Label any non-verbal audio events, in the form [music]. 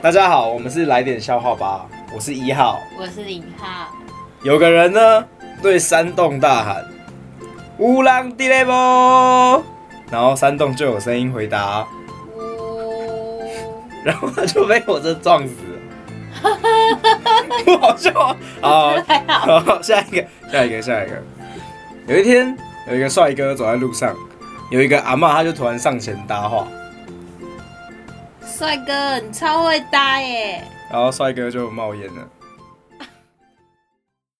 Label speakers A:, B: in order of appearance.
A: 大家好，我们是来点笑话吧，我是一号。
B: 我是零号，
A: 有个人呢对山洞大喊：“乌浪地雷波！”然后山洞就有声音回答，
B: 呜，
A: 然后他就被火车撞死 [laughs] 了。不好笑啊！ [laughs] 好
B: 还好，
A: 好，下一个，下一个，下一个。有一天，有一个帅哥走在路上，有一个阿嬷，他就突然上前搭话，
B: [laughs] 帅哥，你超会搭耶！
A: 然后帅哥就冒烟了。